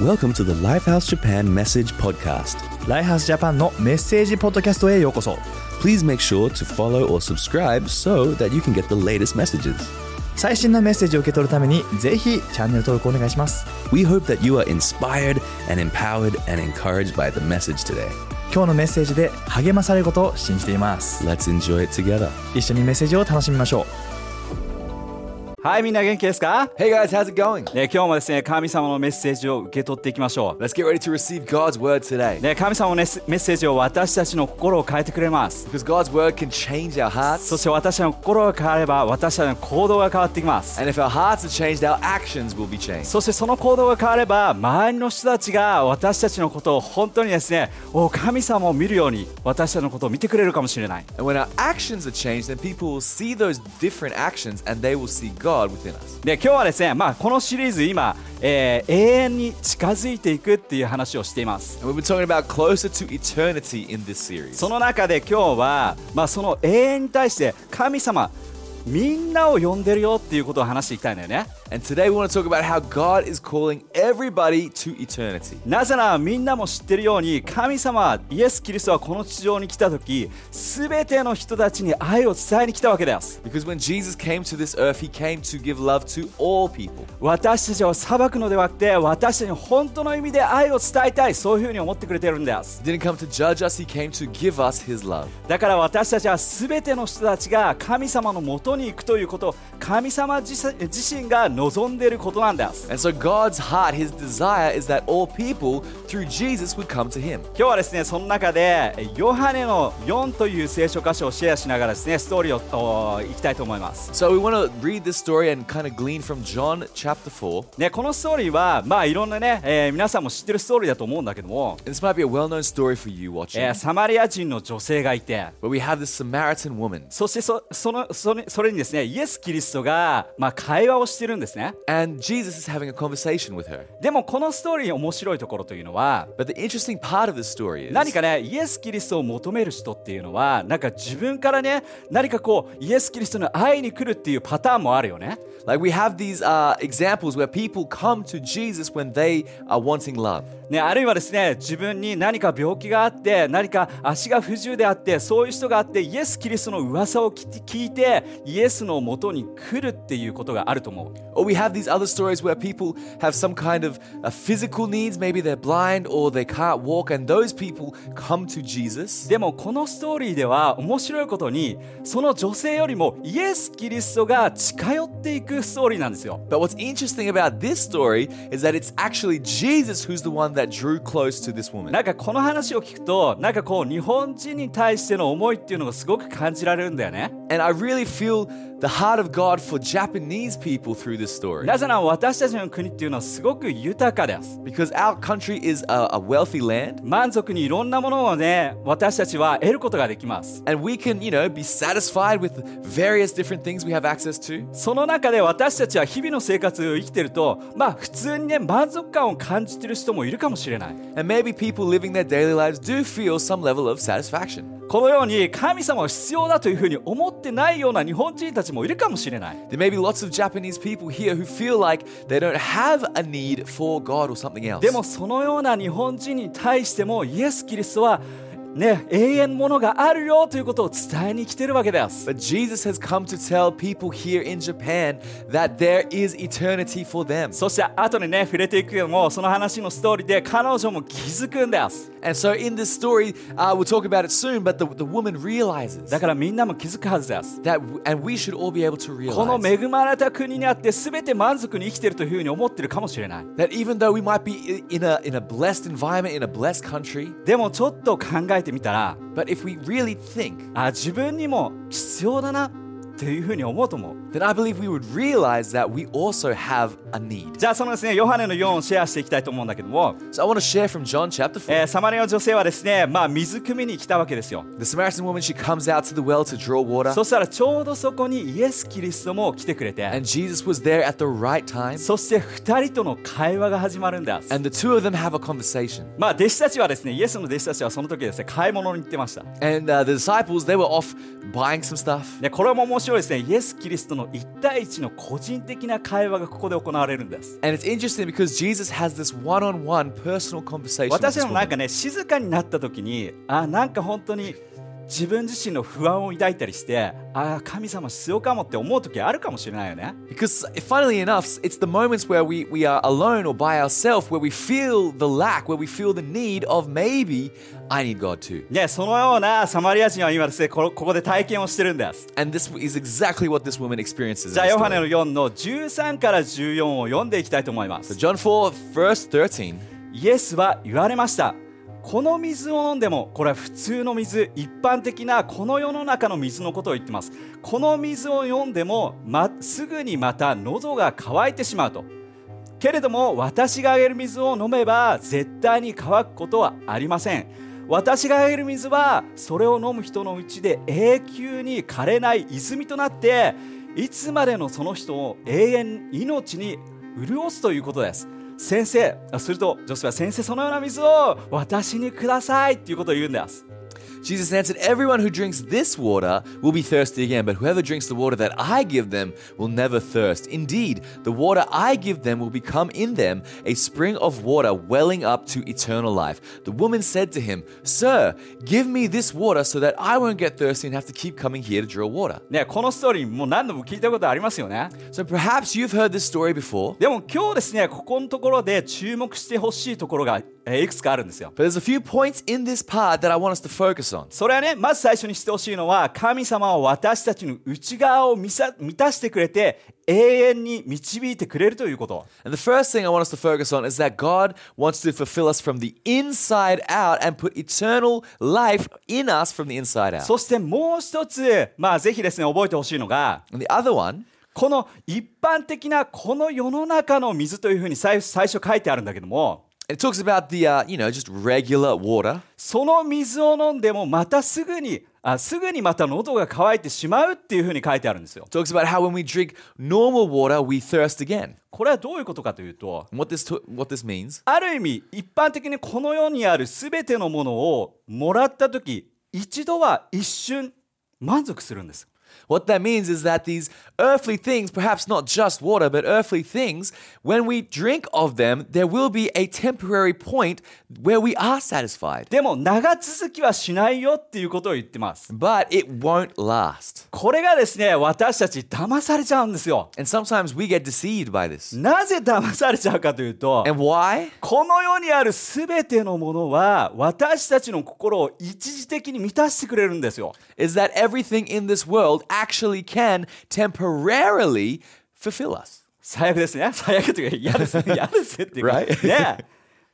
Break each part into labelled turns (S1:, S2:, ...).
S1: Welcome to the Lifehouse Japan Message Podcast.
S2: ライハースジャパンのメッセージポッドキャストへようこそ
S1: Please make sure to follow or subscribe so that you can get the latest messages.
S2: 最新のメッセージを受け取るためにぜひチャンネル登録お願いします
S1: We hope that you are inspired and empowered and encouraged by the message today.
S2: 今日のメッセージで励まされることを信じています
S1: Let's enjoy it together.
S2: 一緒にメッセージを楽しみましょうはいみんな元気ですか、
S3: Hey guys, how's it going?
S2: ね、今日もですね神様のメッセージを受け取っていきましょ
S3: Let's get ready to receive God's word today.
S2: ね、神様のメッメッセージを私たちの心を変えてくれます
S3: Because God's word can change our
S2: そ
S3: hearts.
S2: して私たちの心が変われば私たちの行動が変わってきます
S3: And if our hearts are changed, our actions will be changed.
S2: そしてその行動が変われば周りの人たちが私たちのことを本当にですねお神様を見るように私たちのことを見てくれるかもしれない
S3: And when our actions are changed, then people will see those different actions and they will see God within us.
S2: で今日はですね、まあ、このシリーズ今、えー永遠に近づいていくっていう話をしています
S3: And we've been talking about closer to eternity in this series.
S2: その中で今日は、まあ、その永遠に対して神様みんなを呼んでるよっていうことを話していきたいんだよね
S3: And today we want to talk about how God is calling everybody to eternity.
S2: なぜならみんなも知ってるように神様イエス・キリストはこの地上に来た時全ての人たちに愛を伝えに来たわけです
S3: Because when Jesus came to this earth, he came to give love to all people.
S2: 私たちを裁くのではなくて私たちに本当の意味で愛を伝えたいそういうふうに思ってくれてるんです
S3: He didn't come to judge us, he came to give us his love.
S2: だから私たちは全ての人たちが神様のもとに行くということ神様自身自身が望んでいることなんです
S3: And so God's heart, his desire is that all people through Jesus would come to him.
S2: 今日はですねその中でヨハネの4という聖書箇所をシェアしながらですねストーリーをおいきたいと思います
S3: So we want to read this story and kind of glean from John chapter 4.
S2: ね、このストーリーは、まあ、いろんなね、えー皆さんも知ってるストーリーだと思うんだけども、
S3: And this might be a well known story for you watching,
S2: えーサマリア人の女性がいて、
S3: where we have this Samaritan woman.
S2: そしてそそのそれそれにですねイエス・キリストが、まあ、会話をしてるんですね
S3: And Jesus is having a conversation with her.
S2: でもこのストーリーの面白いところというのは
S3: But the interesting part of this story is
S2: 何かねイエス・キリストを求める人っていうのはなんか自分からね何かこうイエス・キリストの愛に来るっていうパターンもあるよね
S3: like we have these uh, examples where people come to Jesus when they are wanting love.
S2: ね、あるいはですね自分に何か病気があって何か足が不自由であってそういう人があってイエス・キリストの噂を聞聞いてイエスのもとに来るっていうことがあると思う
S3: Or we have these other stories where people have some kind of uh, physical needs, maybe they're blind or they can't walk, and those people come to Jesus.
S2: でもこのストーリーでは面白いことにその女性よりもイエス・キリストが近寄っていくストーリーなんですよ。
S3: But what's interesting about this story is that it's actually Jesus who's the one that drew close to this woman.
S2: なんかこの話を聞くとなんかこう日本人に対しての思いっていうのがすごく感じられるんだよね。
S3: And I really feel the heart of God for Japanese people through this story.
S2: なぜなら私たちの国っていうのはすごく豊かです。
S3: Because our country is a, a wealthy land,
S2: 満足にいろんなものをね私たちは得ることができます。
S3: and we can, you know, be satisfied with various different things we have access to.
S2: その中で私たちは日々の生活を生きてるとまあ普通にね満足感を感じてる人もいるかもしれない。
S3: And maybe people living their daily lives do feel some level of satisfaction.
S2: このように神様は必要だというふうに思ってないような日本人たちもいるかもしれない
S3: There may be lots of Japanese people here who feel like they don't have a need for God or something else.
S2: でもそのような日本人に対してもイエス・キリストはね永遠ものがあるよということを伝えに来てるわけです
S3: But Jesus has come to tell people here in Japan that there is eternity for them.
S2: そして後にね触れていくけどもその話のストーリーで彼女も気づくんです
S3: And so in this story, uh, we'll talk about it soon, but the, the woman realizes
S2: だからみんなも気づくはずです
S3: that, w- and we should all be able to
S2: この
S3: realize
S2: 恵まれた国にあって全て満足に生きてるというふうに思ってるかもしれない
S3: that even though we might be i- in a, in a blessed environment, in a blessed country,
S2: でもちょっと考えてみたら
S3: but if we really think,
S2: あ自分にも必要だなっていうふうに思うと思う
S3: then I believe we would realize that we also have a need.
S2: じゃあそのですねヨハネの4をシェアしていきたいと思うんだけども、
S3: So I want to share from John chapter 4.
S2: えーサマリアの女性はですねまあ水汲みに来たわけですよ
S3: The Samaritan woman, she comes out to the well to draw water,
S2: そしたらちょうどそこにイエス・キリストも来てくれて
S3: and Jesus was there at the right time,
S2: そして2人との会話が始まるんです
S3: and the two of them have a conversation.
S2: まあ弟子たちはですねイエスの弟子たちはその時ですね買い物に行ってました
S3: And uh, the disciples, they were off buying some stuff.
S2: でこれも面白いですね。イエス・キリストの一対一の個人的な会話がここで行われるんです。
S3: And it's interesting because Jesus has this one on one personal conversation. With
S2: 私
S3: this
S2: たちもなん
S3: woman.
S2: かね、静かになった時に、あ、なんか本当に自分自身の不安を抱いたりして、あ、神様必要かもって思う時あるかもしれないよね。
S3: Because eh, funnily enough, it's the moments where we, we are alone or by ourselves where we feel the lack, where we feel the need of maybe I need God too.
S2: ね、そのようなサマリア人は今ですね、こここで体験をしてるんです。
S3: And this is exactly what this woman experiences.
S2: じ
S3: in
S2: ゃあ、
S3: this
S2: ヨハネの
S3: story.
S2: 4の13から14を読んでいきたいと思います
S3: So。John 4, verse 13.
S2: イエスは言われました。この水を飲んでも、これは普通の水、一般的なこの世の中の水のことを言ってます。この水を飲んでも、ますぐにまた喉が渇いてしまうと。けれども、私があげる水を飲めば、絶対に乾くことはありません。私があげる水は、それを飲む人のうちで永久に枯れない泉となって、いつまでのその人を永遠命に潤すということです。先生あすると女性は先生そのような水を私にくださいっていうことを言うんです
S3: Jesus answered, Everyone who drinks this water will be thirsty again, but whoever drinks the water that I give them will never thirst. Indeed, the water I give them will become in them a spring of water welling up to eternal life. The woman said to him, Sir, give me this water so that I won't get thirsty and have to keep coming here to draw water.
S2: ねこのストーリーもう何度も聞いたことありますよね
S3: So perhaps you've heard this story before,
S2: でも今日ですねここのところで注目してほしいところが、えーいくつかあるんですよ
S3: but there's a few points in this part that I want us to focus on.
S2: それはねまず最初にしてほしいのは神様は私たちの内側を満さ満たしてくれて永遠に導いてくれるということ
S3: And the first thing I want us to focus on is that God wants to fulfill us from the inside out and put eternal life in us from the inside out.
S2: そしてもう一つまあぜひですね覚えてほしいのが
S3: and the other one
S2: この一般的なこの世の中の水というふうに最最初書いてあるんだけども
S3: it talks about the uh, you know just regular water,
S2: その水を飲んでもまたすぐにあすぐにまた喉が渇いてしまうっていうふうに書いてあるんですよ
S3: It talks about how when we drink normal water we thirst again.
S2: これはどういうことかというと
S3: And what this to- what this means
S2: ある意味一般的にこの世にある全てのものをもらった時一度は一瞬満足するんです
S3: what that means is that these earthly things, perhaps not just water, but earthly things, when we drink of them, there will be a temporary point where we are satisfied,
S2: でも長続きはしないよっていうことを言ってます
S3: but it won't last.
S2: これがですね私たち騙されちゃうんですよ
S3: And sometimes we get deceived by this.
S2: なぜ騙されちゃうかというと
S3: And why?
S2: この世にある全てのものは私たちの心を一時的に満たしてくれるんですよ
S3: Is that everything in this world actually can temporarily fulfill us.
S2: 最悪ですね最悪というか嫌ですね嫌ですねっていうか
S3: Right?
S2: ね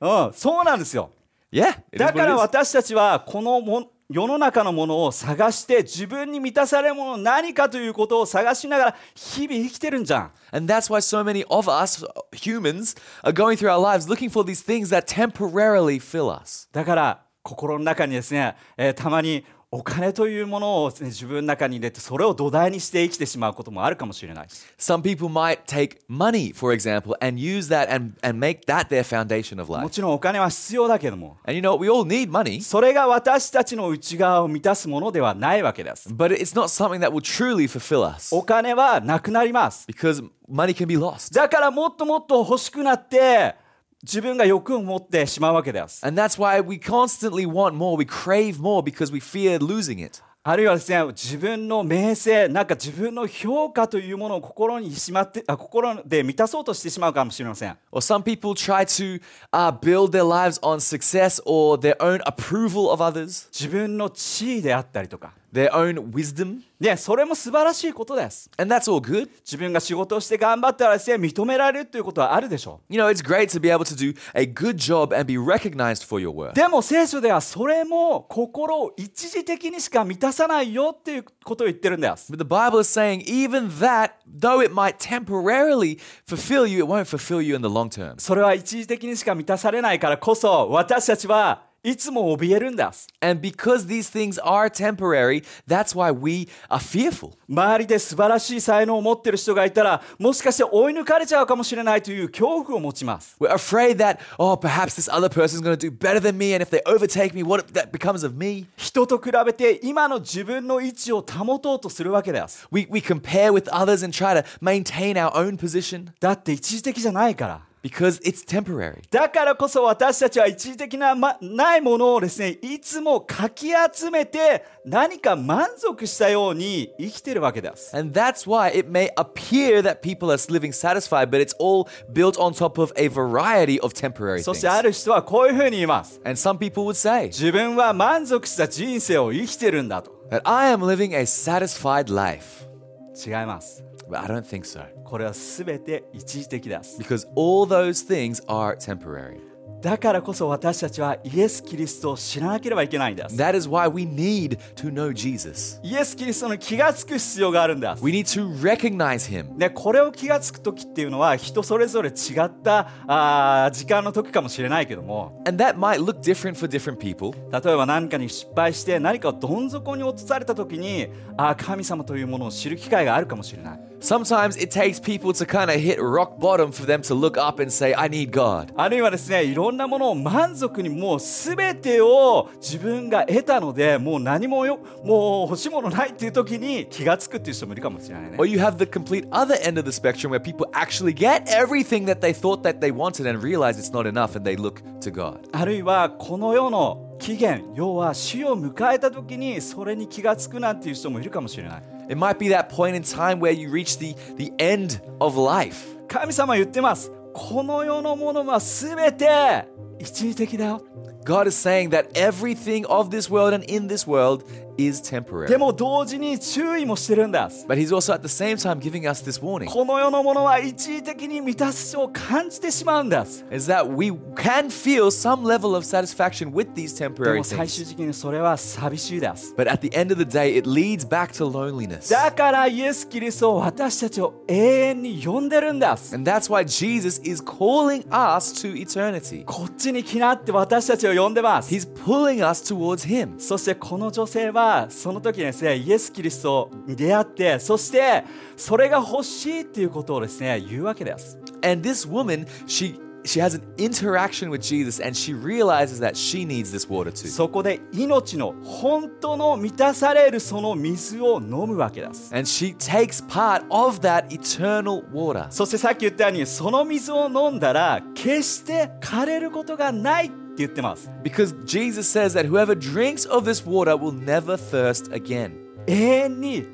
S2: うんそうなんですよ
S3: Yeah. it is
S2: だ
S3: what
S2: か
S3: it
S2: ら
S3: is.
S2: 私たちはこのも世の中のものを探して自分に満たされるもの何かということを探しながら日々生きてるんじゃん
S3: And that's why so many of us uh, humans are going through our lives looking for these things that temporarily fill us.
S2: だから心の中にですね、えーたまにお金というものをですね、自分の中に入れてそれを土台にして生きてしまうこともあるかもしれない
S3: Some people might take money, for example, and use that and, and make that their foundation of
S2: も
S3: life.
S2: ちろんお金は必要だけども
S3: And you know, we all need money,
S2: それが私たちの内側を満たすものではないわけです。
S3: but it's not something that will truly fulfill us
S2: お金はなくなります。
S3: because money can be lost.
S2: だからもっともっと欲しくなって、自分が欲を持ってしまうわけです。
S3: And that's why we constantly want more. We crave more because we fear losing it.
S2: あるいはですね、自分の名声、なんか自分の評価というものを心にしまって、あ心で満たそうとしてしまうかもしれません。
S3: Or some people try to uh, build their lives on success or their own approval of others,
S2: 自分の地位であったりとか。
S3: their own wisdom.
S2: ね、それも素晴らしいことです。
S3: And that's all good.
S2: 自分が仕事をして頑張ったらですね、認められるということはあるでしょう。
S3: You know, it's great to be able to do a good job and be recognized for your work.
S2: でも聖書ではそれも心を一時的にしか満たさないよっていうことを言ってるんです。
S3: But the Bible is saying even that, though it might temporarily fulfill you, it won't fulfill you in the long term.
S2: それは一時的にしか満たされないからこそ私たちはいつも怯えるんだ
S3: And because these things are temporary, that's why we are fearful.
S2: 周りで素晴らしい才能を持ってる人がいたらもしかして追い抜かれちゃうかもしれないという恐怖を持ちます
S3: We're afraid that, oh, perhaps this other person's going to do better than me, and if they overtake me, what that becomes of me?
S2: 人と比べて今の自分の位置を保とうとするわけです
S3: We, we compare with others and try to maintain our own position
S2: だって一時的じゃないから
S3: because it's temporary.
S2: だからこそ私たちは一時的な、ま、ないものをですねいつもかき集めて何か満足したように生きてるわけです
S3: And that's why it may appear that people are living satisfied, but it's all built on top of a variety of temporary
S2: そ
S3: things.
S2: してある人はこういうふうに言います
S3: And some people would say
S2: 自分は満足した人生を生きてるんだと
S3: that I am living a satisfied life.
S2: 違います。
S3: But I don't think so.
S2: これは全て一時的です。
S3: Because all those things are temporary.
S2: だからこそ私たちはイエス・キリストを知らなければいけないんです。
S3: That is why we need to know Jesus.
S2: イエス・キリストに気がつく必要があるんです。
S3: We need to recognize him.
S2: ね、これを気がつく時っていうのは人それぞれ違ったあー時間の時かもしれないけども
S3: And that might look different for different people.
S2: 例えば何かに失敗して何かをどん底に落とされた時にあー神様というものを知る機会があるかもしれない
S3: Sometimes it takes people to kind of hit rock bottom for them to look up and say, I need God.
S2: あるいはですねいろんなものを満足にもう全てを自分が得たのでもう何もよもう欲しいものないっていう時に気がつくっていう人もいるかもしれないね
S3: Or you have the complete other end of the spectrum where people actually get everything that they thought that they wanted and realize it's not enough and they look to God.
S2: あるいはこの世の期限要は死を迎えた時にそれに気がつくなんていう人もいるかもしれない
S3: It might be that point in time where you reach the, the end of life.
S2: 神様言ってますこの世のものは全て一時的だよ
S3: God is saying that everything of this world and in this world is
S2: で
S3: temporary.
S2: も同時に注意もしてるんです
S3: But He's also at the same time giving us this warning.
S2: この世のものは一時的に満たすを感じてしまうんです
S3: is that we can feel some level of satisfaction with these
S2: で
S3: temporary
S2: も最
S3: things.
S2: 終的にそれは寂しいです
S3: But at the end of the day, it leads back to loneliness.
S2: だからイエス・キリストを私たちを永遠に呼んでるんです
S3: And that's why Jesus is calling us to eternity.
S2: こっちに来なって私たちを呼んでます
S3: He's pulling us towards Him.
S2: そしてこの女性はその時にですねイエス・キリストに出会ってそしてそれが欲しいっていうことをですね言うわけです
S3: And this woman, she she has an interaction with Jesus and she realizes that she needs this water too.
S2: そこで命の本当の満たされるその水を飲むわけです
S3: And she takes part of that eternal water.
S2: そしてさっき言ったようにその水を飲んだら決して枯れることがないって言ってます
S3: Because Jesus says that whoever drinks of this water will never thirst again.
S2: 永遠に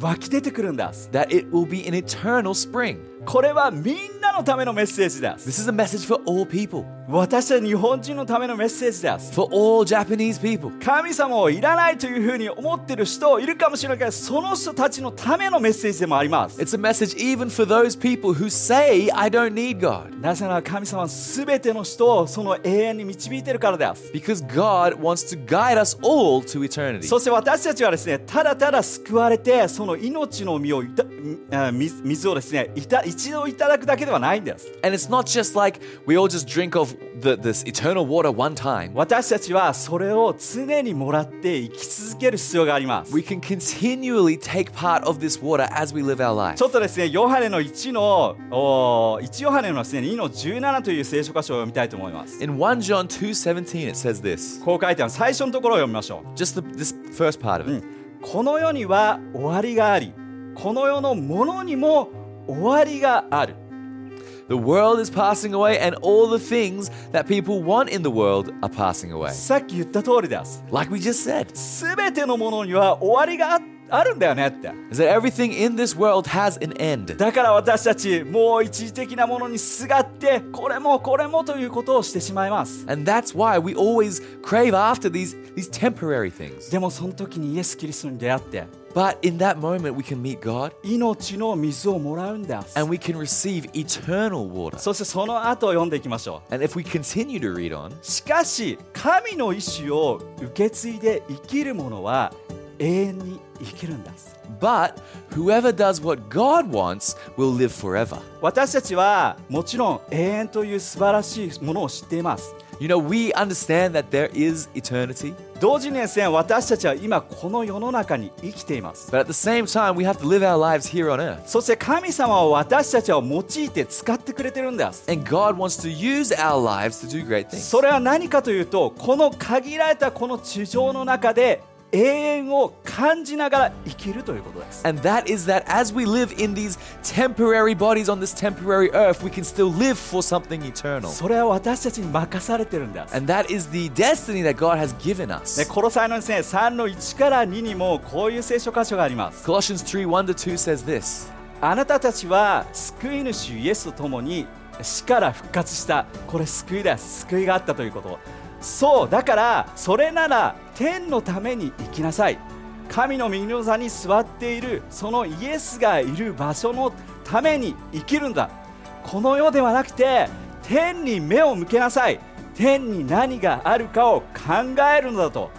S2: 湧き出てくるんです
S3: That it will be an eternal spring.
S2: これはみんなのためのメッセージです
S3: This is a message for all people,
S2: 私たち日本人のためのメッセージです
S3: for all Japanese people.
S2: 神様をいらないというふうに思ってる人いるかもしれないけどその人たちのためのメッセージでもあります
S3: It's a message even for those people who say, I don't need God.
S2: なぜなら神様は全ての人をその永遠に導いてるからです
S3: Because God wants to guide us all to eternity.
S2: そして私たちはですねただただ救われてその命の実をいたみあ水水をですねいた一度いただくだけではないんです
S3: And it's not just like we all just drink of the, this eternal water one time.
S2: 私たちはそれを常にもらって生き続ける必要があります
S3: We can continually take part of this water as we live our life.
S2: ちょっとですねヨハネの1のおー1ヨハネのですね2の17という聖書箇所を読みたいと思います
S3: In 1 John 2:17 it says this.
S2: こう書いてある最初のところを読みましょ
S3: Just the, this first part of
S2: う、う
S3: it.
S2: ん、この世には終わりがありこの世のものにも終わりがある
S3: The world is passing away and all the things that people want in the world are passing away.
S2: さっき言った通りです
S3: Like we just said.
S2: すべてのものには終わりがああるんだよねって。
S3: is that everything in this world has an end.
S2: だから私たちもう一時的なものにすがってこれもこれもということをしてしまいます
S3: And that's why we always crave after these, these temporary things.
S2: でもその時にイエス・キリストに出会って
S3: But in that moment, we can meet God
S2: 命の水をもらうんです
S3: and we can receive eternal water.
S2: そしてその後を読んでいきましょ
S3: And if we continue to read on,
S2: うしかし神の意志を受け継いで生きる者は永遠に生きるんです
S3: but whoever does what God wants will live forever.
S2: 私たちはもちろん永遠という素晴らしいものを知っています
S3: You know, we understand that there is eternity,
S2: 同時にですね私たちは今この世の中に生きています
S3: but at the same time, we have to live our lives here on earth.
S2: そして神様は私たちを用いて使ってくれてるんです
S3: And God wants to use our lives to do great things.
S2: それは何かというとこの限られたこの地上の中で永遠を感じながら生きるということです
S3: And that is that as we live in these temporary bodies on this temporary earth, we can still live for something eternal.
S2: それは私たちに任されてるんです
S3: And that is the destiny that God has given
S2: ね、
S3: us.
S2: コロサイのですね3の1から2にもこういう聖書箇所があります
S3: Colossians 3 1 to 2 says this
S2: あなたたちは救い主イエスと共に死から復活したこれ救いです救いがあったということそうだからそれなら天のために生きなさい神の右の座に座っているそのイエスがいる場所のために生きるんだこの世ではなくて天に目を向けなさい天に何があるかを考えるのだと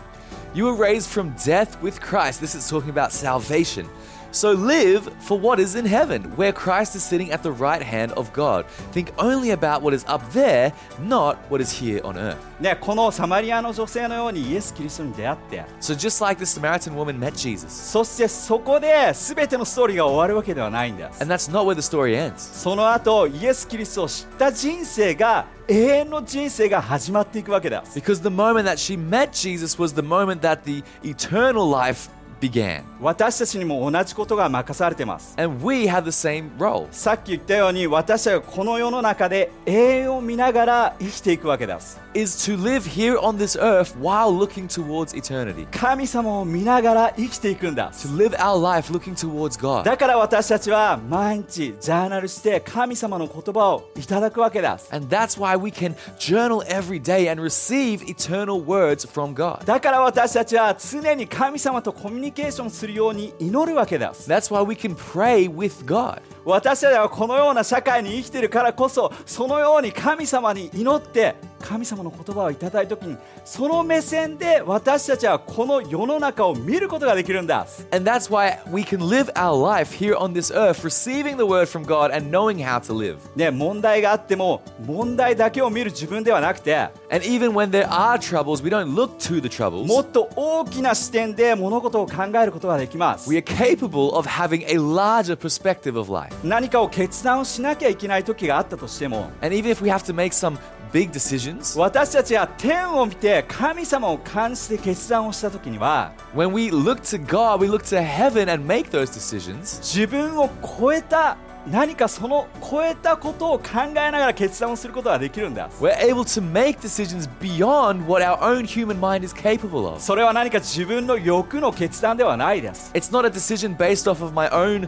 S3: You were raised from death with Christ. This is talking about salvation. So live for what is in heaven, where Christ is sitting at the right hand of God. Think only about what is up there, not what is here on earth.
S2: ね、このサマリアの女性のようにイエス・キリストに出会って
S3: So just like the Samaritan woman met Jesus,
S2: そしてそこで全てのストーリーが終わるわけではないんです
S3: and that's not where the story ends.
S2: その後イエス・キリストを知った人生が永遠の人生が始まっていくわけです
S3: Because the moment that she met Jesus was the moment that the eternal life began.
S2: 私たちにも同じことが任されてます
S3: And we have the same role.
S2: さっき言ったように私たちがこの世の中で永遠を見ながら生きていくわけです
S3: is to live here on this earth while looking towards eternity.
S2: 神様を見ながら生きていくんだ
S3: To live our life looking towards God.
S2: だから私たちは毎日ジャーナルして神様の言葉をいただくわけです
S3: And that's why we can journal every day and receive eternal words from God.
S2: だから私たちは常に神様とコミュニケーションするように祈るわけです。
S3: That's why we can pray with God.
S2: 私たちはこのような社会に生きているからこそ、そのように神様に祈って、神様の言葉をいただいたときに、その目線で私たちはこの世の中を見ることができるんだ。
S3: And that's why we can live our life here on this earth, receiving the word from God and knowing how to live.
S2: ね、問題があっても、問題だけを見る自分ではなくて、
S3: And even when there are troubles, we don't look to the
S2: も
S3: troubles.
S2: っと大きな視点で物事を考えることができます
S3: We。are capable of having a larger perspective of life.
S2: 何かを決断をしなきゃいけない時があったとしても、
S3: And even if we have to make some big decisions,
S2: 私たちは天を見て神様を監視で決断をした時には
S3: When we look to God, we look to heaven and make those decisions.
S2: 自分を超えた何かその超えたことを考えながら決断をすることができるんだ
S3: We're able to make decisions beyond what our own human mind is capable of.
S2: それは何か自分の欲の決断ではないです
S3: It's not a decision based off of my own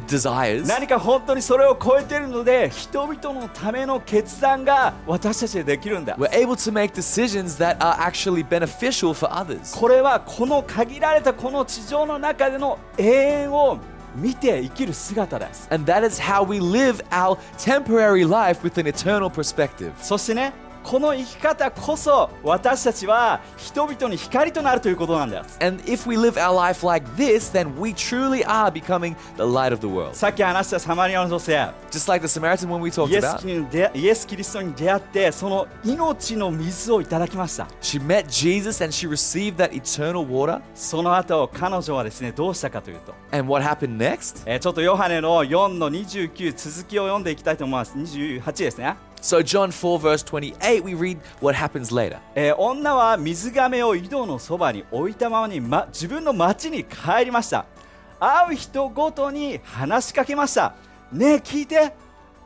S3: desires.
S2: 何か本当にそれを超えているので人々のための決断が私たちでできるんだ
S3: We're able to make decisions that are actually beneficial for others.
S2: これはこの限られたこの地上の中での永遠を見て生きる姿です
S3: And that is how we live our temporary life with an eternal perspective.
S2: そしてねこの生き方こそ私たちは人々に光となるということなんです
S3: And if we live our life like this, then we truly are becoming the light of the world.
S2: さっき話したサマリアの女性
S3: Just like the Samaritan woman we
S2: イ
S3: talked
S2: エス
S3: about.
S2: キリに出会イエスキリストに出会ってその命の水をいただきました
S3: She met Jesus and she received that eternal water.
S2: その後彼女はですねどうしたかというと、
S3: And what happened next?
S2: えーちょっとヨハネの4の29続きを読んでいきたいと思います28ですね
S3: So, John 4, verse 28, we read what happens later.
S2: えー女は水がめを井戸のそばに置いたままに、ま、自分の町に帰りました会う人ごとに話しかけましたねえ聞いて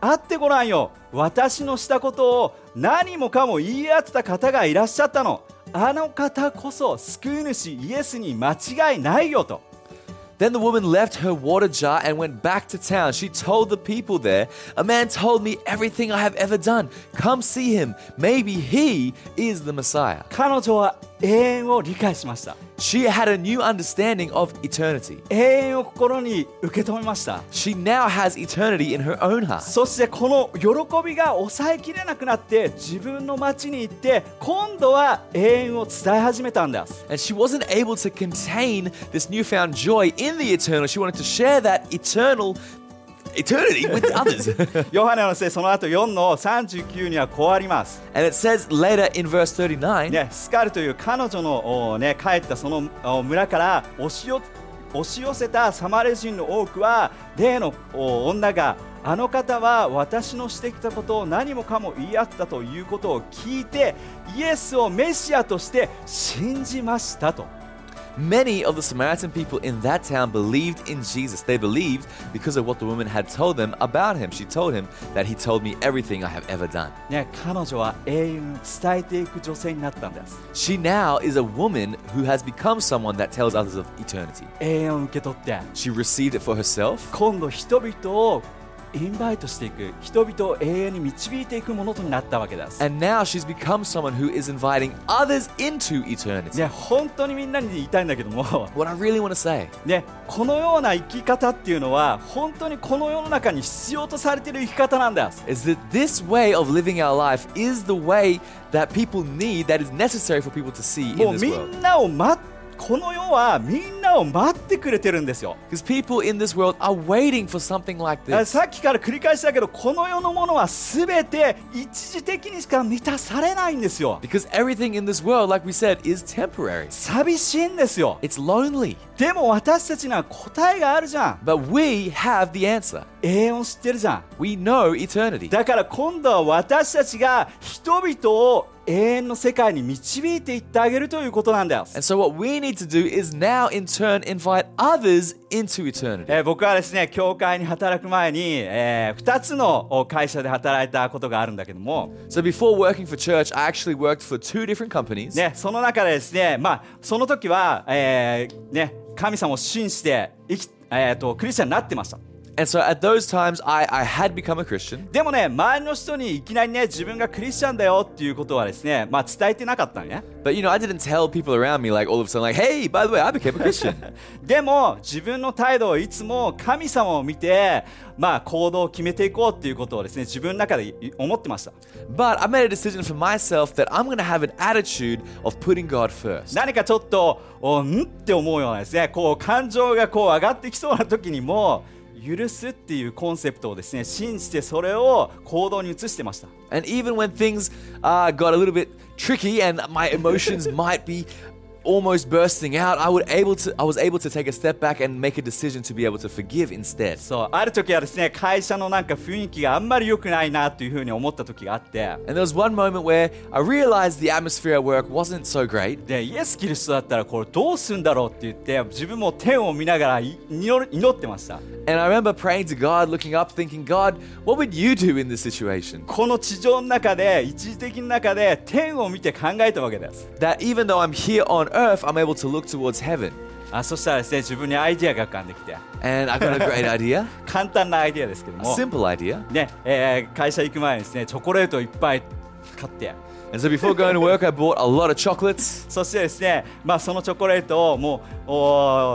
S2: 会ってごらんよ私のしたことを何もかも言い当てた方がいらっしゃったのあの方こそ救い主イエスに間違いないよと
S3: Then the woman left her water jar and went back to town. She told the people there, A man told me everything I have ever done. Come see him. Maybe he is the Messiah.
S2: 彼女は永遠を理解しました
S3: She had a new understanding of eternity.
S2: 永遠を心に受け止めました
S3: She now has eternity in her own heart.
S2: そしてこの喜びが抑えきれなくなって自分の町に行って今度は永遠を伝え始めたんです
S3: And she wasn't able to contain this newfound joy in the eternal. She wanted to share that eternal eternity with others.
S2: ヨハネのせいその後4の39にはこうあります、
S3: and it says later in verse 39
S2: ね、スカルという彼女の、おね、帰ったそのお村から押しよ押し寄せたサマレ人の多くは例のお女があの方は私のしてきたことを何もかも言い合ったということを聞いてイエスをメシアとして信じましたと。
S3: Many of the Samaritan people in that town believed in Jesus. They believed because of what the woman had told them about him. She told him that he told me everything I have ever done.
S2: ね、彼女は永遠に伝えていく女性になったんです
S3: She now is a woman who has become someone that tells others of eternity.
S2: 永遠を受け取って
S3: She received it for herself,
S2: 今度人々をインバイトしていく人々を永遠に導いていくものとなったわけです
S3: and now she's become someone who is inviting others into eternity.
S2: ね、本当にみんなに言いたいんだけども、
S3: What I really want to say
S2: ね、このような生き方っていうのは本当にこの世の中に必要とされている生き方なんです、
S3: is that this way of living our life is the way that people need, that is necessary for people to see in
S2: もう
S3: this
S2: み
S3: world.
S2: んなを待っこの世はみんなを待ってくれてるんですよ
S3: Because people in this world are waiting for something like
S2: だから
S3: this.
S2: さっきから繰り返しだけどこの世のものは全て一時的にしか満たされないんですよ
S3: Because everything in this world, like we said, is temporary.
S2: 寂しいんですよ
S3: It's lonely.
S2: でも私たちには答えがあるじゃん
S3: But we have the answer.
S2: 永遠を知ってるじゃん
S3: We know eternity.
S2: だから今度は私たちが人々を永遠の世界に導いていってあげるということなんです。
S3: And so, what we need to do is now, in turn, invite others into eternity.
S2: えー僕はですね、教会に働く前に、え2つのお会社で働いたことがあるんだけども、
S3: So, before working for church, I actually worked for two different companies.
S2: ね、その中でですね、まあ、その時は、えーね、神様を信じて生き、えーと、クリスチャンになってました。
S3: And so, at those times, I, I had become a Christian.
S2: でもね、周りの人にいきなりね、自分がクリスチャンだよっていうことはですね、まあ、伝えてなかったのね。
S3: But, you know, I didn't tell people around me, like, all of a sudden, like, hey, by the way, I became a Christian.
S2: でも自分の態度をいつも神様を見て、まあ、行動を決めていこうっていうことをですね自分の中でい思ってました
S3: but I made a decision for myself that I'm going to have an attitude of putting God first.
S2: 何かちょっとおんって思うようなですねこう感情がこう上がってきそうな時にも許すっていうコンセプトをですね信じてそれを行動に移してました
S3: And even when things uh, got a little bit tricky and my emotions might be almost bursting out, I would able to I was able to take a step back and make a decision to be able to forgive instead.
S2: そうある時はですね会社のなんか雰囲気があんまり良くないなというふうに思った時があって
S3: And there was one moment where I realized the atmosphere at work wasn't so great.
S2: でイエス・キリストだったらこれどうするんだろうって言って自分も天を見ながらい祈る祈ってました
S3: And I remember praying to God, looking up, thinking, God, what would you do in this situation?
S2: この地上の中で一時的な中で天を見て考えたわけです
S3: That even though I'm here on earth, I'm able to look towards heaven.
S2: あそしたらですね自分にアイディアが浮かんできて
S3: And I got a great idea,
S2: 簡単なアイディアですけど
S3: a
S2: も、
S3: simple idea.
S2: ねえー会社行く前にですねチョコレートをいっぱい買って
S3: And so before going to work, I bought a lot of chocolates.
S2: そしてですね、まあ、そのチョコレートをもうお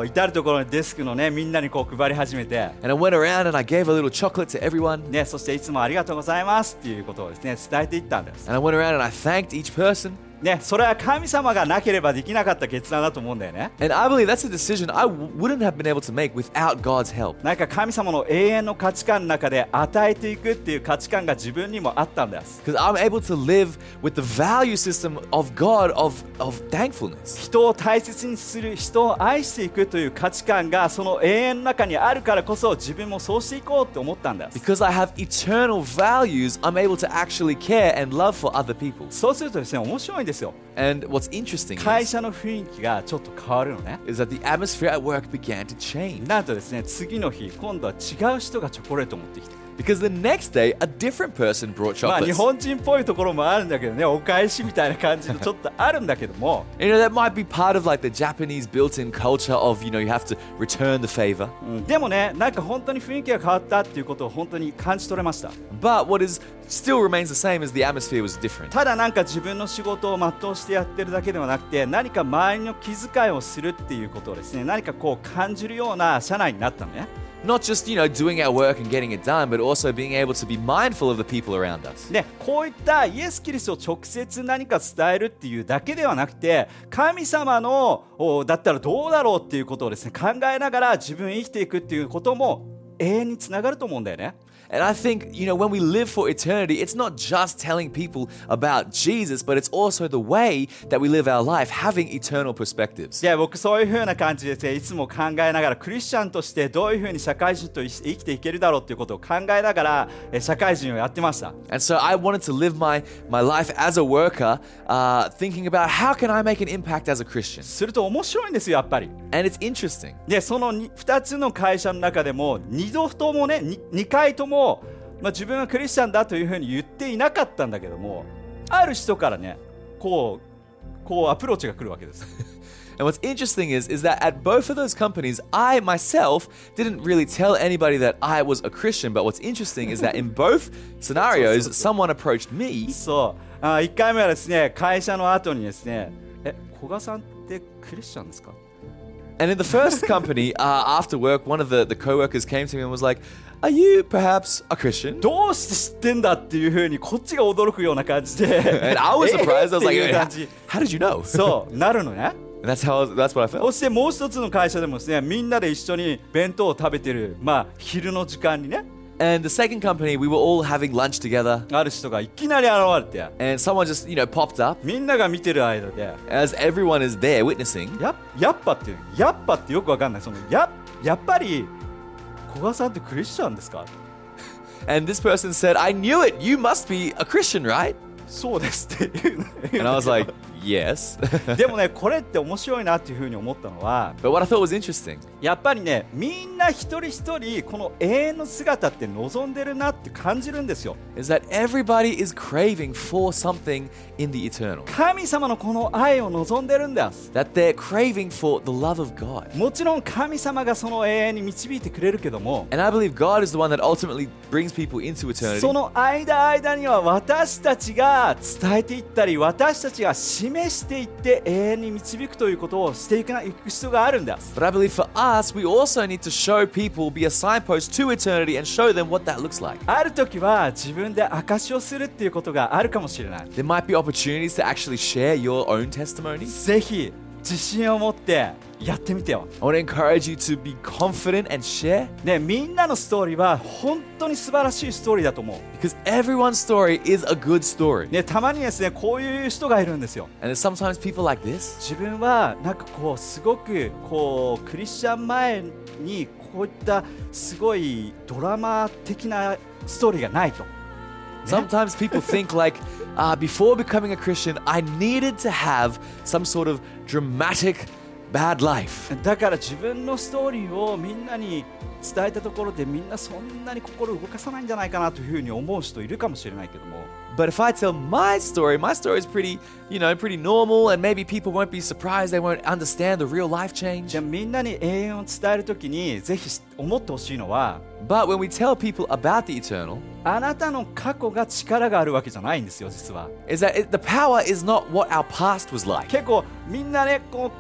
S2: ー至る所にデスクのねみんなにこう配り始めて、
S3: And I went around and I gave a little chocolate to everyone.
S2: ね、そしていつもありがとうございますっていうことをですね伝えていったんです、
S3: And I went around and I thanked each person.
S2: ね、それは神様がなければできなかった決断だと思うんだよね
S3: And I believe that's a decision I w- wouldn't have been able to make without God's help.
S2: なんか神様の永遠の価値観の中で与えていくっていう価値観が自分にもあったんです
S3: Because I'm able to live with the value system of God of, of thankfulness.
S2: 人を大切にする人を愛していくという価値観がその永遠の中にあるからこそ自分もそうしていこうって思ったんです
S3: Because I have eternal values, I'm able to actually care and love for other people.
S2: そうするとですね面白いんですよ
S3: And what's interesting
S2: 会
S3: is,
S2: 社の雰囲気がちょっと変わるのね
S3: is that the atmosphere at work began to change.
S2: なんとですね次の日今度は違う人がチョコレートを持ってきて
S3: Because the next day, a different person brought
S2: まあ日
S3: chocolates.
S2: 本人っぽいところもあるんだけどねお返しみたいな感じのちょっとあるんだけども
S3: You know, that might be part of like the Japanese built in culture of, you know, you have to return the favor.
S2: でもねなんか本当に雰囲気が変わったっていうことを本当に感じ取れました
S3: But what is still remains the same is the atmosphere was different.
S2: ただなんか自分の仕事を全うしてやってるだけではなくて何か周りの気遣いをするっていうことをですね何かこう感じるような社内になったのね
S3: Not just, you know, doing our work and getting it done, but also being able to be mindful of the people around us.
S2: でこういったイエス・キリストを直接何か伝えるっていうだけではなくて神様のおだったらどうだろうっていうことをですね考えながら自分生きていくっていうことも永遠につながると思うんだよね。
S3: And I think, you know, when we live for eternity, it's not just telling people about Jesus, but it's also the way that we live our life, having eternal perspectives.
S2: いや僕そういう風な感じですねいつも考えながらクリスチャンとしてどういう風に社会人と生きていけるだろうっていうことを考えながらえ社会人をやってました
S3: And so I wanted to live my, my life as a worker, uh, thinking about how can I make an impact as a Christian.
S2: すると面白いんですよやっぱり
S3: And it's interesting.
S2: でその 2, つの会社の中でも2度ともね 2, 回とも、まあ、自分はクリスチャンだという風に言っていなかったんだけどもある人からねこうこうアプローチが来るわけです
S3: And what's interesting is, is that at both of those companies, I myself didn't really tell anybody that I was a Christian. But what's interesting is that in both scenarios, someone approached me
S2: そうあ1回目はですね会社の後にですねえ古賀さんってクリスチャンですか
S3: And in the first company, uh, after work, one of the, the co-workers came to me and was like, are you perhaps a Christian?
S2: どうして知ってんだっていうふうにこっちが驚くような感じで
S3: And I was
S2: えーっ
S3: surprised. I was
S2: て
S3: like,
S2: いう
S3: "Hey,
S2: 感
S3: how,
S2: じ
S3: how did you know?
S2: そうなるのね
S3: And that's how that's what I felt.
S2: そしてもう一つの会社でもですねみんなで一緒に弁当を食べてるまあ昼の時間にね
S3: And the second company, we were all having lunch together,
S2: ある人がいきなり現れて
S3: and someone just you know popped up
S2: みんなが見てる間で
S3: as everyone is there witnessing.
S2: ややっぱっていうやっぱってよくわかんないそのややっぱり古賀さんってクリスチャンですか
S3: And this person said, "I knew it. You must be a Christian, right?"
S2: そうですっていう
S3: And I was like, "Yes."
S2: でもねこれって面白いなっていうふうに思ったのは
S3: but what I thought was interesting
S2: やっぱりねみんな一人一人この永遠の姿って望んでるなって感じるんですよ
S3: is that everybody is craving for something in the eternal.
S2: 神様のこの愛を望んでるんです
S3: That they're craving for the love of God.
S2: もちろん神様がその永遠に導いてくれるけども
S3: And I believe God is the one that ultimately brings people into eternity.
S2: その間間には私たちが伝えていったり私たちが示していって永遠に導くということをしていくな行く必要があるんです
S3: but I believe for us, we also need to show people, be a signpost to eternity, and show them what that looks like.
S2: ある時は自分で証しをするっていうことがあるかもしれない
S3: There might be opportunities to actually share your own testimony.
S2: ぜひ自信を持ってやってみてよ
S3: I want to encourage you to be confident and share
S2: ね、みんなのストーリーは本当に素晴らしいストーリーだと思う、
S3: because everyone's story is a good story.
S2: ね、たまにですねこういう人がいるんですよ
S3: And there's sometimes people like this.
S2: 自分はなんかこうすごくこうクリスチャン前にこういったすごいドラマ的なストーリーがないと
S3: Sometimes people think like, uh, before becoming a Christian, I needed to have some sort of dramatic bad life.
S2: だから自分のストーリーをみんなに伝えたところでみんなそんなに心を動かさないんじゃないかなというふうに思う人いるかもしれないけども
S3: But if I tell my story, my story is pretty, you know, pretty normal, and maybe people won't be surprised, they won't understand the real life change.
S2: じゃあみんなに永遠を伝えるときにぜひ思ってほしいのは
S3: But when we tell people about the eternal,
S2: あなたの過去が力があるわけじゃないんですよ実は
S3: is that it, the power is not what our past was like.
S2: 結構みんなねこう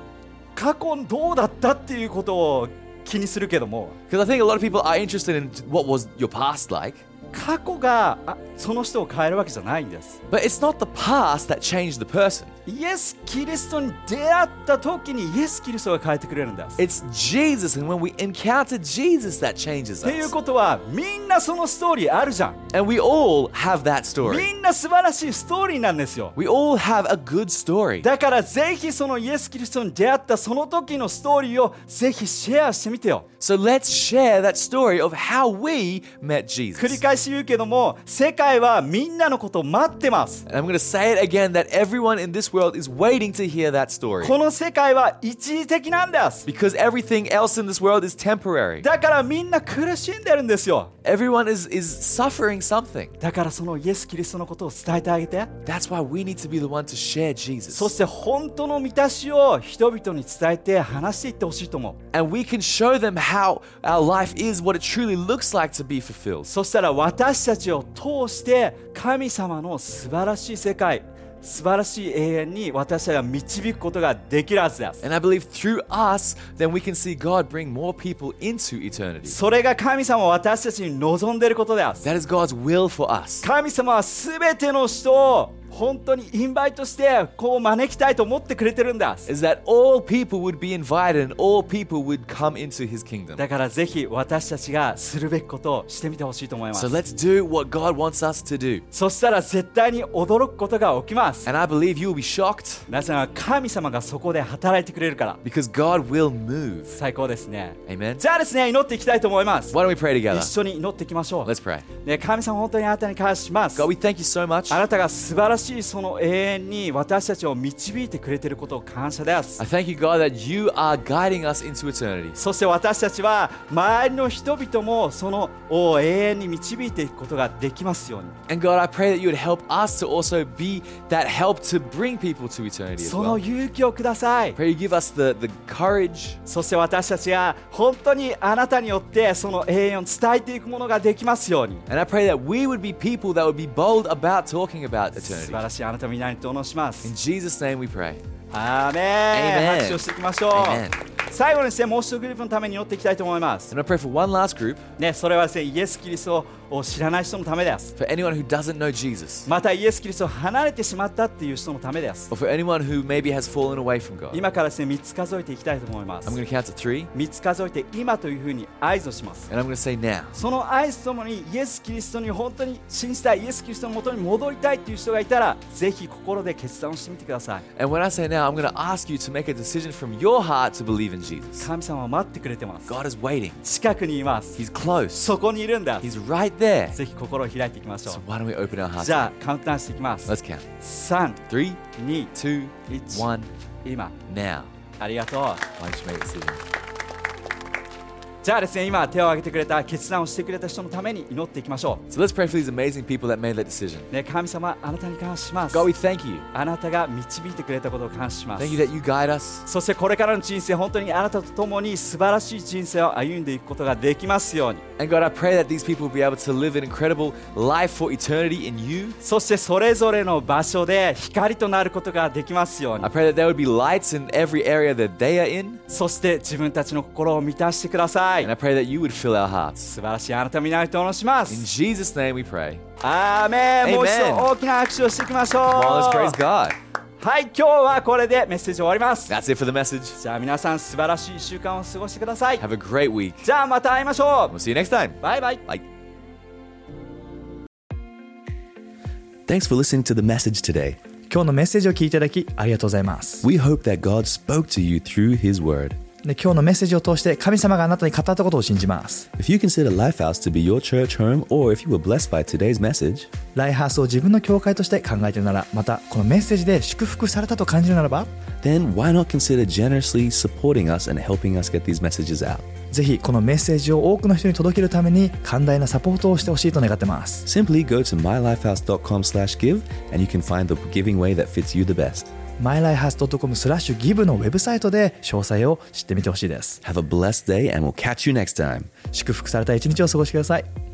S2: 過去どうだったっていうことを気にするけども
S3: Because I think a lot of people are interested in what was your past like,
S2: 過去があその人を変えるわけじゃないんです
S3: but it's not the past that changed the person.
S2: イエス・キリストに出会った時にイエス・キリストが変えてくれるんです
S3: It's Jesus, and when we encounter Jesus, that changes
S2: っていう
S3: us.
S2: ことはみんなそのストーリーあるじゃん
S3: And we all have that
S2: み
S3: story.
S2: んな素晴らしいストーリーなんですよ
S3: We all have a good story.
S2: だからぜひそのイエス・キリストに出会ったその時のストーリーをぜひシェアしてみてよ
S3: So let's share that story of how we met
S2: 繰り
S3: Jesus.
S2: 返し言うけども世界はみんなのことを待ってます
S3: And I'm going to say it again that everyone in this world is waiting to hear that story.
S2: この世界は一時的なんです
S3: Because everything else in this world is temporary.
S2: だからみんな苦しんでるんですよ
S3: Everyone is, is suffering something.
S2: だからそのイエス・キリストのことを伝えてあげて
S3: That's why we need to be the one to share
S2: そし
S3: Jesus.
S2: て本当の満たしを人々に伝えて話していってほしいと思う
S3: And we can show them how our life is, what it truly looks like to be fulfilled.
S2: そしたら私たちを通して神様の素晴らしい世界素晴らしい永遠に私たちが導くことができるはずです
S3: And I believe through us, then we can see God bring more people into eternity.
S2: それが神様は私たちに望んでいることです
S3: That is God's will for us.
S2: 神様は全ての人を本当にインバイトしてこう招きたいと思ってくれてるんだ
S3: is that all people would be invited and all people would come into his kingdom.
S2: だからぜひ私たちがするべきことをしてみてほしいと思いま
S3: So
S2: す
S3: let's do what God wants us to do.
S2: そしたら絶対に驚くことが起きます
S3: And I believe you will be shocked
S2: なぜなら神様がそこで働いてくれるから
S3: because God will move.
S2: 最高ですね
S3: Amen.
S2: じゃあですね祈っていきたいと思います
S3: Why don't we pray
S2: 一
S3: together?
S2: 緒に祈っていきましょ
S3: Let's pray.
S2: う、ね、神様本当にあなたに感謝します
S3: God, we thank you so much.
S2: あ
S3: I
S2: なたが素晴らしいその永遠に私たちを導いてくれていることを感謝です
S3: thank you, God, that you are guiding us into eternity.
S2: そして私たちは周りの人々もそのを永遠に導いていくことができますように
S3: And God, I pray that you would help us to also be that help to bring people to eternity as
S2: その
S3: well.
S2: 勇気をください
S3: Pray you give us the, the courage
S2: そして私たちが本当にあなたによってその永遠を伝えていくものができますように
S3: And I pray that we would be people that would be bold about talking about
S2: 素晴
S3: eternity.
S2: らしいあなたの皆にとのしま
S3: In
S2: す
S3: Jesus' name we pray.
S2: アーメン
S3: Amen
S2: 拍手をしていきましょう
S3: Amen
S2: 最後にですねもう一度グループのために寄っていきたいと思います、
S3: And I pray for one last group,
S2: ね、それはですねイエス・キリストを知らない人のためです
S3: for anyone who doesn't know Jesus,
S2: またイエス・キリストを離れてしまったっていう人のためです
S3: or for anyone who maybe has fallen away from God.
S2: 今からですね3つ数えていきたいと思います
S3: I'm going to count to three,
S2: 3つ数えて今というふうに合図をします
S3: and I'm going to say now.
S2: その合図ともにイエス・キリストに本当に信じたいイエス・キリストのもとに戻りたいっていう人がいたらぜひ心で決断をしてみてください
S3: And when I say now, I'm going to ask you to make a decision from your heart to believe in Jesus.
S2: 神様は待ってくれてます
S3: God is waiting,
S2: 近くにいます
S3: He's close,
S2: そこにいるんだ
S3: He's right there.
S2: ぜひ心を開いていきましょ
S3: So why don't we open our
S2: う
S3: hearts?
S2: じゃあカウントダウンしていきます
S3: Let's count.
S2: 321
S3: Three, two, one,
S2: 今
S3: now.
S2: ありがとう
S3: Why don't you make a decision?
S2: じゃあですね今手を挙げてくれた決断をしてくれた人のために祈っていきましょ
S3: So let's pray for these amazing people that made that decision.
S2: うね神様あなたに感謝します
S3: God, we thank you.
S2: あなたが導いてくれたことを感謝します
S3: Thank you that you guide us.
S2: そしてこれからの人生本当にあなたと共に素晴らしい人生を歩んでいくことができますように
S3: And God, I pray that these people will be able to live an incredible life for eternity in you.
S2: そしてそれぞれの場所で光となることができますよう
S3: I
S2: に
S3: pray that there would be lights in every area that they are in.
S2: そして自分たちの心を満たしてくださ
S3: And
S2: い
S3: I pray that you would fill our hearts.
S2: 素晴らしいあなたの皆にとおしま
S3: In
S2: す
S3: Jesus' name we pray.
S2: アーメン
S3: Amen
S2: もう一度大きな拍手をしていきましょう
S3: Well, let's praise
S2: は
S3: God.
S2: い今日はこれでメッセージ終わります
S3: That's it for the message.
S2: じゃあ皆さん素晴らしい週間を過ごしてください
S3: Have a great week.
S2: じゃあまた会いましょ
S3: We'll see you next time.
S2: うバイバイ
S3: Bye.
S1: Thanks for listening to the message today.
S4: 今日のメッセージを聞いていただきありがとうございます
S1: We hope that God spoke to you through His Word.
S4: で今日のメッセージを通して神様があなたに語ったことを信じます
S1: If you consider Lifehouse to be your church home, or if you were blessed by today's message,
S4: ライハースを自分の教会として考えているならまたこのメッセージで祝福されたと感じるならば
S1: then why not consider generously supporting us and helping us get these messages out?
S4: ぜひこのメッセージを多くの人に届けるために寛大なサポートをしてほしいと願ってます
S1: Simply go to mylifehouse.com/give and you can find the giving way that fits you the best.
S4: mylifehas.com スラッシュギブのウェブサイトで詳細を知ってみてほしいです
S1: Have a blessed day and we'll catch you next time.
S4: 祝福された一日を過ごしてください